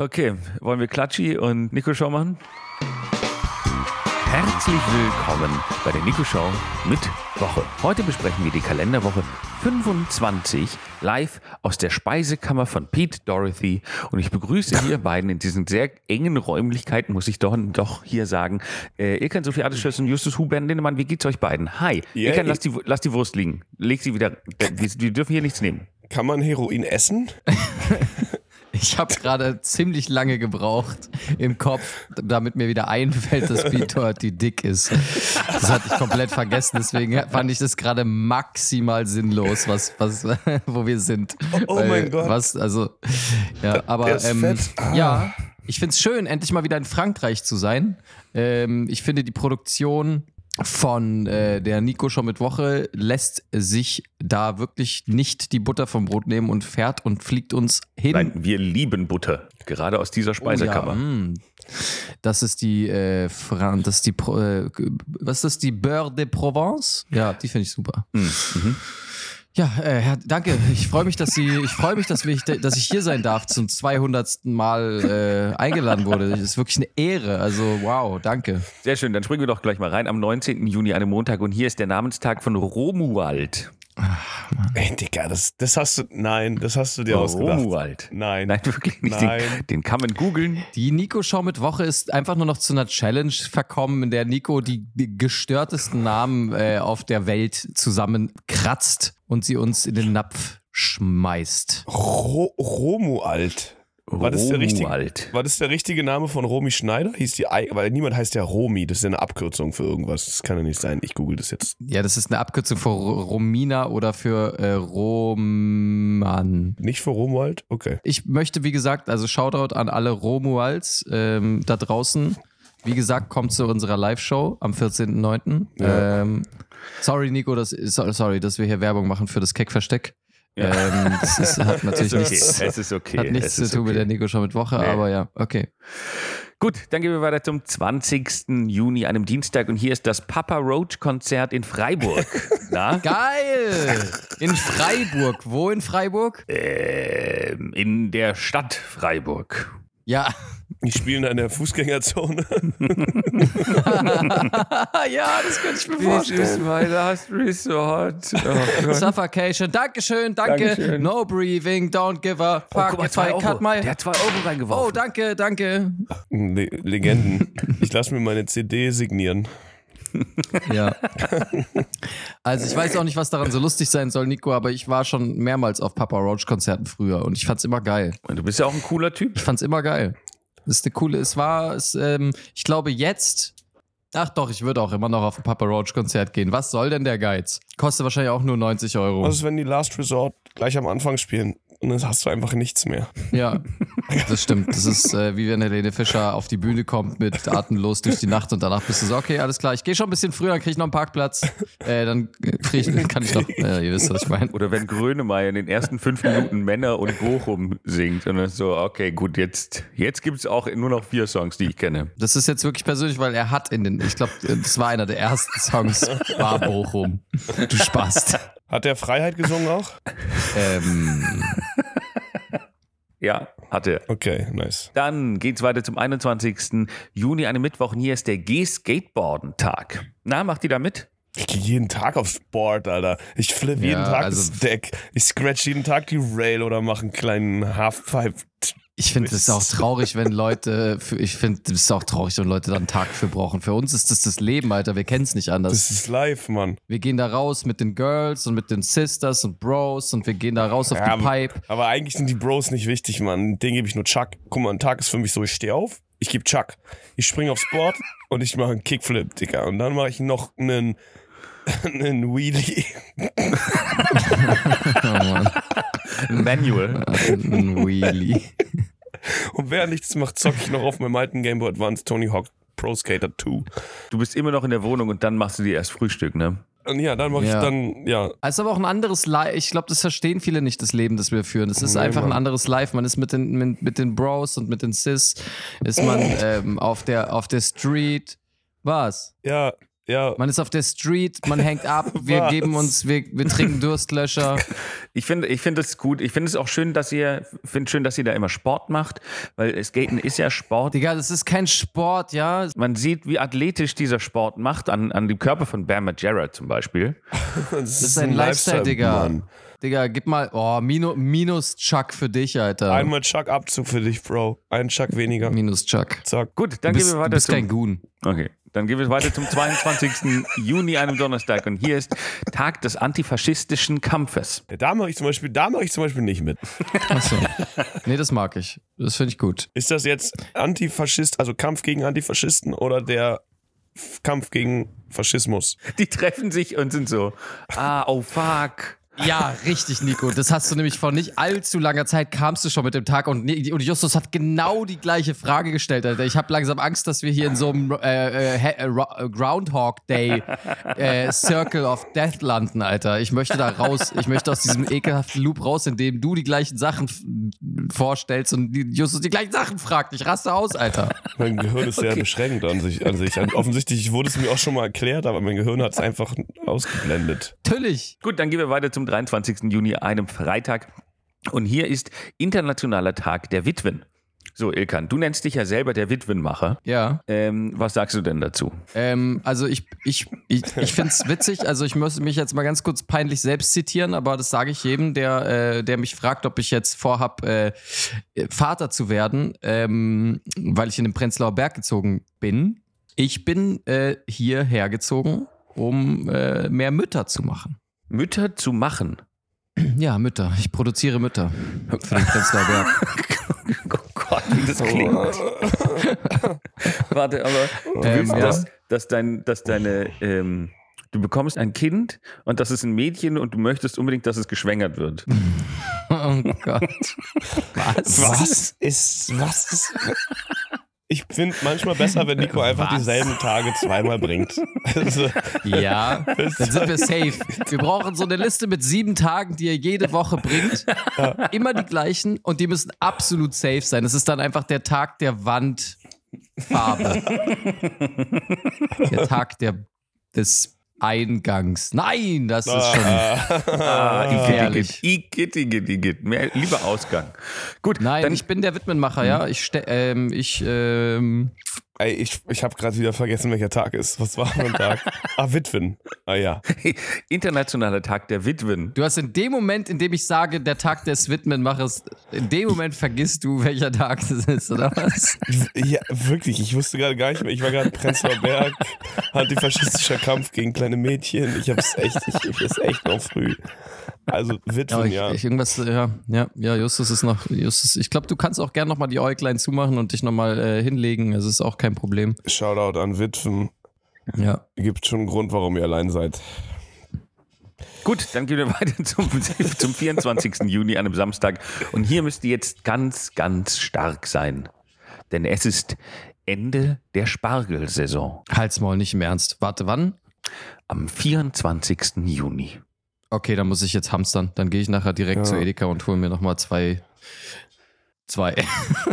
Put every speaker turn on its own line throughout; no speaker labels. Okay, wollen wir Klatschi und Nico Show machen? Herzlich willkommen bei der Nico Show mit Woche. Heute besprechen wir die Kalenderwoche 25 live aus der Speisekammer von Pete Dorothy. Und ich begrüße ihr beiden in diesen sehr engen Räumlichkeiten, muss ich doch, doch hier sagen. Äh, Ilkan Sophie Adeschütz und Justus Huben Lindemann, wie geht's euch beiden? Hi.
Yeah,
Ilkan,
ich-
lass die, lass die Wurst liegen. Leg sie wieder. äh, Wir, wir dürfen hier nichts nehmen.
Kann man Heroin essen?
Ich habe gerade ziemlich lange gebraucht im Kopf, damit mir wieder einfällt, dass Pete Doherty dick ist. Das hatte ich komplett vergessen, deswegen fand ich das gerade maximal sinnlos, was, was, wo wir sind.
oh
Weil,
mein Gott.
Was, also, ja, aber
ist
ähm,
fett. Ah.
ja, ich find's schön, endlich mal wieder in Frankreich zu sein. Ähm, ich finde die Produktion von äh, der Nico Show mit Woche lässt sich da wirklich nicht die Butter vom Brot nehmen und fährt und fliegt uns hin
Nein, wir lieben Butter. Gerade aus dieser Speisekammer.
ja, mm. Das ist die äh, Fran das ist die Pro äh, was ist das die Beurre de Provence? Ja, die finde ich super. Ja, äh, Herr, danke. Ich freue mich, dass Sie ich freue mich, dass ich dass ich hier sein darf zum 200. Mal äh, eingeladen wurde. Das ist wirklich eine Ehre. Also wow, danke.
Sehr schön, dann springen wir doch gleich mal rein. Am 19. Juni, einem Montag, und hier ist der Namenstag von Romuald.
Ey, Digga, das, das hast du. Nein, das hast du dir ausgedacht.
Romuald.
Nein.
Oh, Nein, wirklich nicht.
Nein.
Den, den kann man googeln.
Die Nico Show mit Woche ist einfach nur noch zu einer Challenge verkommen, in der Nico die gestörtesten Namen äh, auf der Welt zusammenkratzt und sie uns in den Napf schmeißt.
Ro Romuald. War das, der richtige,
Romuald.
war das der richtige Name von Romy Schneider? Hieß die, Ei- weil niemand heißt ja Romy, das ist ja eine Abkürzung für irgendwas. Das kann ja nicht sein. Ich google das jetzt.
Ja, das ist eine Abkürzung für Ro- Romina oder für äh, Roman.
Nicht für Romuald? Okay.
Ich möchte, wie gesagt, also Shoutout an alle Romualds ähm, da draußen. Wie gesagt, kommt zu unserer Live-Show am 14.09.
Ja.
Ähm, sorry, Nico, dass, so- sorry, dass wir hier Werbung machen für das Keckversteck.
Ja.
Ähm, das ist, hat natürlich
okay.
nichts,
Es ist okay.
hat nichts
es
zu
ist
tun mit
okay.
der Nico Show mit Woche,
Nee.
aber ja, okay.
Gut, dann gehen wir weiter zum 20. Juni, einem Dienstag, und hier ist das Papa Roach Konzert in Freiburg. Na?
Geil! In Freiburg. Wo in Freiburg?
Ähm, in der Stadt Freiburg.
Ja.
Die spielen da in der Fußgängerzone.
Ah, ja, das könnte ich mir vorstellen.
my last resort.
Suffocation. Dankeschön, danke.
Dankeschön.
No breathing, don't give a fuck. if I cut my.
Der hat zwei Euro reingeworfen.
Oh, danke, danke.
Le Legenden. Ich lasse mir meine CD signieren.
Ja. Also ich weiß auch nicht, was daran so lustig sein soll, Nico, aber ich war schon mehrmals auf Papa Roach Konzerten früher und ich fand's immer geil.
Und du bist ja auch ein cooler Typ.
Ich fand's immer geil. Das ist eine coole, es war, es, ähm, ich glaube jetzt, ach doch, ich würde auch immer noch auf ein Papa Roach Konzert gehen. Was soll denn der Geiz? Kostet wahrscheinlich auch nur 90 Euro.
Was ist, wenn die Last Resort gleich am Anfang spielen? Und dann hast du einfach nichts mehr.
Ja, das stimmt. Das ist äh, wie wenn Helene Fischer auf die Bühne kommt mit Atemlos durch die Nacht und danach bist du so, okay, alles klar, ich gehe schon ein bisschen früher, dann krieg ich noch einen Parkplatz. Äh, dann krieg ich, kann ich noch, äh, ihr wisst, was ich meine.
Oder wenn Grönemeyer in den ersten fünf Minuten Männer und Bochum singt und dann so, okay, gut, jetzt, jetzt gibt es auch nur noch vier Songs, die ich kenne.
Das ist jetzt wirklich persönlich, weil er hat in den, ich glaube, das war einer der ersten Songs, war Bochum. Du spast.
Hat der Freiheit gesungen auch?
Ähm,
Ja, hatte.
Okay, nice.
Dann geht's weiter zum 21. Juni, einem Mittwoch. Und hier ist der G-Skateboarden-Tag. Na, macht die da mit?
Ich gehe jeden Tag aufs Board, Alter. Ich flip jeden
Ja,
Tag
also-
das Deck. Ich scratch jeden Tag die Rail oder mache einen kleinen Halfpipe.
ich finde es auch traurig, wenn Leute, für, ich finde es auch traurig, wenn Leute dann einen Tag für brauchen. Für uns ist das das Leben, Alter, wir kennen es nicht anders.
Das ist live, Mann.
Wir gehen da raus mit den Girls und mit den Sisters und Bros und wir gehen da raus auf
Ja,
die Pipe.
Aber eigentlich sind die Bros nicht wichtig, Mann. Den gebe ich nur Chuck. Guck mal, ein Tag ist für mich so, ich stehe auf, ich gebe Chuck. Ich springe aufs Board und ich mache einen Kickflip, Digga. Und dann mache ich noch einen, einen Wheelie.
Manual.
Ein Wheelie.
Und während ich das mache, zocke ich noch auf meinem alten Game Boy Advance Tony Hawk Pro Skater 2.
Du bist immer noch in der Wohnung und dann machst du dir erst Frühstück, ne?
Und ja, dann mache
Ja.
ich dann, ja,
Es ist aber auch ein anderes Life. Ich glaube, das verstehen viele nicht, das Leben, das wir führen. Es ist
Nee,
einfach ein
Mann.
anderes Life. Man ist mit den, mit, mit den Bros und mit den Sis, ist man ähm, auf, der, auf der Street. Was?
ja, Ja.
Man ist auf der Street, man hängt ab, wir
Was?
geben uns, wir, wir trinken Durstlöscher.
Ich finde ich finde es gut. Ich finde es auch schön, dass ihr finde schön, dass ihr da immer Sport macht, weil Skaten ist ja Sport.
Digga, das ist kein Sport, ja?
Man sieht, wie athletisch dieser Sport macht an, an dem Körper von Bam Majera zum Beispiel.
Das
Das ist ein Lifestyle, Digga.
Mann.
Digga, gib mal, oh, Minu, minus Chuck für dich, Alter.
Einmal Chuck-Abzug für dich, Bro. Einen Chuck weniger.
minus Chuck.
Zack.
Gut, dann
Du bist,
gehen wir
du
weiter
bist kein
zum,
Goon.
okay, dann gehen wir weiter zum 22. Juni, einem Donnerstag. Und hier ist Tag des antifaschistischen Kampfes.
Ja, Da mache ich zum Beispiel, da mache ich zum Beispiel nicht mit.
Achso. Nee, das mag ich. Das finde ich gut.
Ist das jetzt Antifaschist, also Kampf gegen Antifaschisten oder der F- Kampf gegen Faschismus?
Die treffen sich und sind so, ah, oh fuck.
Ja, richtig, Nico. Das hast du nämlich vor nicht allzu langer Zeit kamst du schon mit dem Tag und, nee, und Justus hat genau die gleiche Frage gestellt, Alter. Ich habe langsam Angst, dass wir hier in so einem äh, äh, He- äh, Ro- Groundhog Day äh, Circle of Death landen, Alter. Ich möchte da raus. Ich möchte aus diesem ekelhaften Loop raus, in dem du die gleichen Sachen f- vorstellst und die- Justus die gleichen Sachen fragt. Ich raste aus, Alter.
Mein Gehirn ist sehr beschränkt an sich. An sich. Und offensichtlich wurde es mir auch schon mal erklärt, aber mein Gehirn hat es einfach ausgeblendet.
Natürlich.
Gut, dann gehen wir weiter zum 23. Juni, einem Freitag. Und hier ist Internationaler Tag der Witwen. So, Ilkan, du nennst dich ja selber der Witwenmacher.
Ja.
Ähm, was sagst du denn dazu?
Ähm, also ich, ich, ich, ich finde es witzig, also ich muss mich jetzt mal ganz kurz peinlich selbst zitieren, aber das sage ich jedem, der, äh, der mich fragt, ob ich jetzt vorhab, äh, äh, Vater zu werden, ähm, weil ich in den Prenzlauer Berg gezogen bin. Ich bin äh, hierher gezogen, um äh, mehr Mütter zu machen.
Mütter zu machen.
Ja, Mütter. Ich produziere Mütter für den Prenzlauer Berg.
Oh Gott, wie das Warte, aber du
Ähm,
willst,
ja.
dass, dass, dein, dass deine, ähm, du bekommst ein Kind und das ist ein Mädchen und du möchtest unbedingt, dass es geschwängert wird.
Oh Gott. Was?
Was ist, was ist. Ich finde manchmal besser, wenn Nico einfach
Was?
dieselben Tage zweimal bringt. Also,
Ja, dann sind wir safe. Wir brauchen so eine Liste mit sieben Tagen, die er jede Woche bringt. Immer die gleichen und die müssen absolut safe sein. Es ist dann einfach der Tag der Wandfarbe. der Tag der, des Eingangs. Nein, das ist schon.
äh,
Ah,
Gefährlich.
igit, igit, igit, igit. Mehr, lieber Ausgang. Gut,
Nein,
dann, Hm.
ich bin der Widmenmacher, ja. Ich, ste ähm, ich ähm,
ey, ich, ich habe gerade wieder vergessen, welcher Tag ist. Was war mein Tag? Ah, Witwen. Ah ja.
internationaler Tag der Witwen.
Du hast in dem Moment, in dem ich sage, der Tag des Widmenmachers, in dem Moment vergisst du, welcher Tag das ist, oder was?
Ja, wirklich, ich wusste gerade gar nicht mehr. Ich war gerade in Prenzlauer Berg, antifaschistischer Kampf gegen kleine Mädchen. Ich hab's echt, ich, ich ist echt noch früh. Also
Ja,
Witwen,
ich,
ja.
ich irgendwas, ja, ja, ja, Justus ist noch, Justus, ich glaube, du kannst auch gerne nochmal die Äuglein zumachen und dich nochmal äh, hinlegen, es ist auch kein Problem.
Shoutout an Witwen.
Ja.
Gibt schon einen Grund, warum ihr allein seid.
Gut, dann gehen wir weiter zum, zum 24. Juni, an einem Samstag. Und hier müsst ihr jetzt ganz, ganz stark sein. Denn es ist Ende der Spargelsaison
Halt's mal nicht im Ernst. Warte, wann?
am 24. Juni.
Okay, dann muss ich jetzt hamstern. Dann gehe ich nachher direkt
Ja.
zu Edeka und hole mir nochmal zwei, zwei.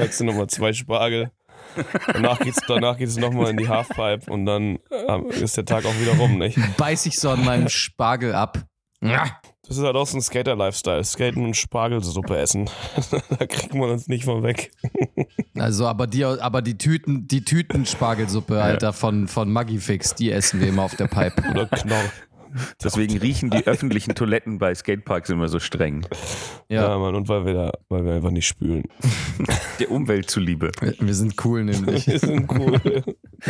Jetzt sind nochmal zwei Spargel. Danach geht's, danach geht's nochmal in die Halfpipe und dann ähm, ist der Tag auch wieder rum, nicht?
Beiß ich so an meinem Spargel ab. Ja.
Das ist halt auch so ein Skater-Lifestyle. Skaten und Spargelsuppe essen. da kriegt man uns nicht von weg.
Also, aber die, aber die Tüten, die Tütenspargelsuppe, Alter, von, von Maggi Fix, die essen wir immer auf der Pipe.
Oder Knorr.
Deswegen riechen die öffentlichen Toiletten bei Skateparks immer so streng.
Ja,
Ja.
Mann, und weil wir da, weil wir einfach nicht spülen.
Der Umwelt zuliebe.
Wir sind cool, nämlich.
Wir sind cool.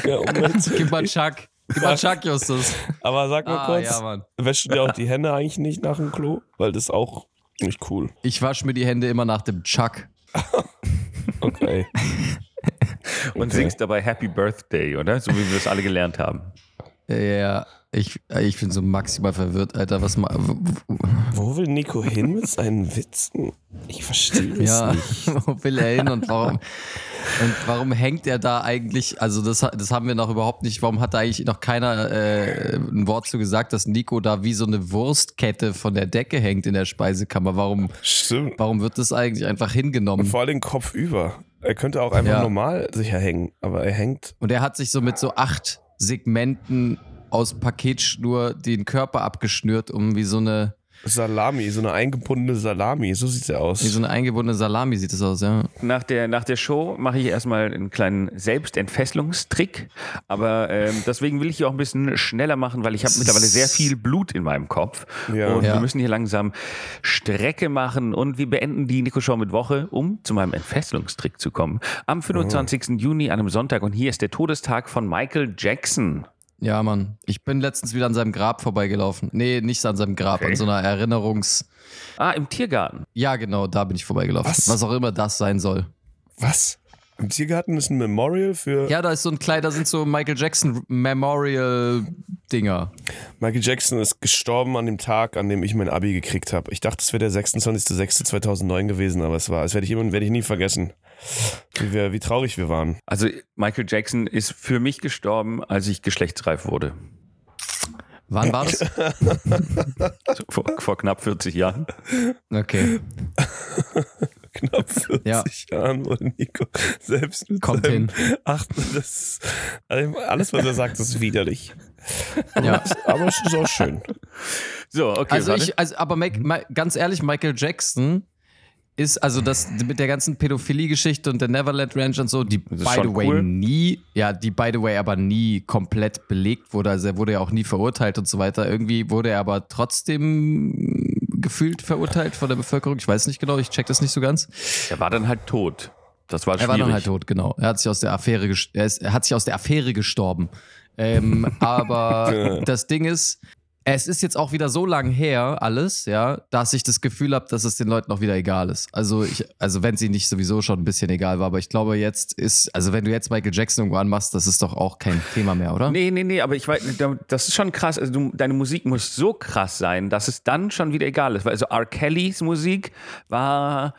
ja, Umwelt.
Gib mal Chuck. Gib mal Chuck, Justus.
Aber sag mal
Ah,
kurz,
ja, Mann.
wäschst du dir auch die Hände eigentlich nicht nach dem Klo? Weil das ist auch nicht cool.
Ich wasche mir die Hände immer nach dem Chuck.
Okay.
Und
Okay.
singst dabei Happy Birthday, oder? So wie wir das alle gelernt haben.
Ja, ich, ich bin so maximal verwirrt, Alter. Was ma
Wo will Nico hin mit seinen Witzen? Ich verstehe es
ja,
nicht.
wo will er hin und warum? Und warum hängt er da eigentlich? Also, das, ha- das haben wir noch überhaupt nicht. Warum hat da eigentlich noch keiner äh, ein Wort zu gesagt, dass Nico da wie so eine Wurstkette von der Decke hängt in der Speisekammer? Warum,
Stimmt.
warum wird das eigentlich einfach
Und
hingenommen?
vor allem Kopf über. Er könnte auch einfach
Ja.
normal sicher hängen, aber er hängt.
Und er hat sich so mit so acht Segmenten aus Paketschnur den Körper abgeschnürt, um wie so eine,
Salami, so eine eingebundene Salami, so sieht sie aus.
wie so eine eingebundene Salami sieht das aus, ja.
Nach der, nach der Show mache ich erstmal einen kleinen Selbstentfesselungstrick. Aber ähm, deswegen will ich hier auch ein bisschen schneller machen, weil ich habe mittlerweile sehr viel Blut in meinem Kopf.
Ja.
Und
Ja.
wir müssen hier langsam Strecke machen. Und wir beenden die Nico-Show mit Woche, um zu meinem Entfesselungstrick zu kommen. Am 25. Juni, an einem Sonntag. Und hier ist der Todestag von Michael Jackson.
Ja, Mann. Ich bin letztens wieder an seinem Grab vorbeigelaufen. Nee, nicht an seinem Grab,
Okay.
an so einer Erinnerungs...
Ah, im Tiergarten.
Ja, genau, da bin ich vorbeigelaufen.
Was?
Was, auch immer das sein soll.
Was? Im Tiergarten ist ein Memorial für
Ja, da ist so ein kleiner, da sind so Michael Jackson Memorial Dinger.
Michael Jackson ist gestorben an dem Tag, an dem ich mein Abi gekriegt habe. Ich dachte, es wäre der 26.06.2009 gewesen, aber es war, das werde ich immer, werde ich nie vergessen, wie, wir, wie traurig wir waren.
Also Michael Jackson ist für mich gestorben, als ich geschlechtsreif wurde.
Wann war das?
So vor, vor knapp 40 Jahren.
Okay.
Knapp 40
Ja.
Jahren wurde Nico selbst mit
Kommt
seinem Acht, das, also alles, was er sagt, ist widerlich.
Ja.
Aber es ist auch schön.
So, okay.
Also
warte. Hm?
ich, also, aber Mike, Ma- ganz ehrlich, Michael Jackson ist, also das mit der ganzen Pädophilie-Geschichte und der Neverland Ranch und so, die by
ist
the
schon
way
cool.
nie, ja, die by the way aber nie komplett belegt wurde. Also er wurde ja auch nie verurteilt und so weiter. Irgendwie wurde er aber trotzdem gefühlt verurteilt von der Bevölkerung. Ich weiß nicht genau, ich check das nicht so ganz.
Er war dann halt tot. Das war
Er
schwierig.
war dann halt tot, genau. Er hat sich aus der Affäre, ges- er ist, er hat sich aus der Affäre gestorben. Ähm, aber das Ding ist, es ist jetzt auch wieder so lang her, alles, ja, dass ich das Gefühl habe, dass es den Leuten auch wieder egal ist. Also, ich, also wenn sie nicht sowieso schon ein bisschen egal war, aber ich glaube, jetzt ist, also wenn du jetzt Michael Jackson irgendwo anmachst, das ist doch auch kein Thema mehr, oder?
Nee, nee, nee, aber ich weiß, da- das ist schon krass. Also du, deine Musik muss so krass sein, dass es dann schon wieder egal ist. Weil Also R. Kellys Musik war,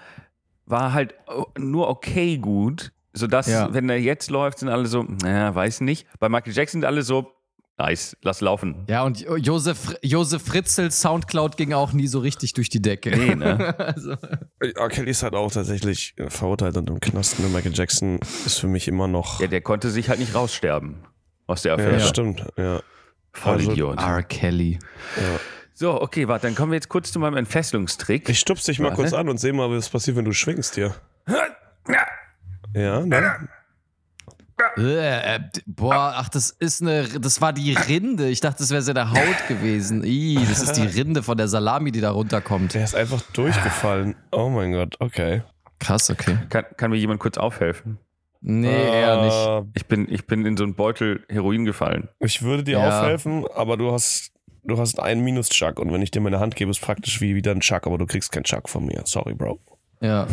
war halt nur okay gut, sodass,
Ja.
wenn er jetzt läuft, sind alle so, naja, weiß nicht. Bei Michael Jackson sind alle so, nice, lass laufen.
Ja, und Jo- Josef, Josef Fritzl Soundcloud ging auch nie so richtig durch die Decke.
Nee, ne?
also,
R. Kelly ist halt auch tatsächlich verurteilt und im Knast. ne? Michael Jackson ist für mich immer noch.
Ja, der konnte sich halt nicht raussterben aus der
Ja,
Affäre.
stimmt. Ja. Also
Vollidiot.
R. Kelly.
so, okay, warte, dann kommen wir jetzt kurz zu meinem Entfesselungstrick.
Ich stups dich mal
Warte.
kurz an und seh mal, was passiert, wenn du schwingst hier. Ja, ne?
Äh, äh, d- boah, ach, das ist eine, R- das war die Rinde. Ich dachte, das wäre seine Haut gewesen. Ih, das ist die Rinde von der Salami, die da runterkommt.
Der ist einfach durchgefallen. Oh mein Gott, okay.
Krass, okay.
Kann, kann mir jemand kurz aufhelfen?
Nee, eher nicht.
Äh,
Ich bin, ich bin in so einen Beutel Heroin gefallen.
Ich würde dir
Ja.
aufhelfen, aber du hast, du hast einen Minus-Chuck und wenn ich dir meine Hand gebe, ist praktisch wie wieder ein Chuck, aber du kriegst keinen Chuck von mir. Sorry, Bro.
Ja,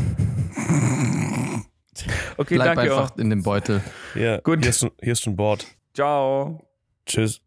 Okay,
bleib
danke.
einfach in dem Beutel.
Ja,
Gut.
Hier ist, ein- hier ist ein Board.
Ciao.
Tschüss.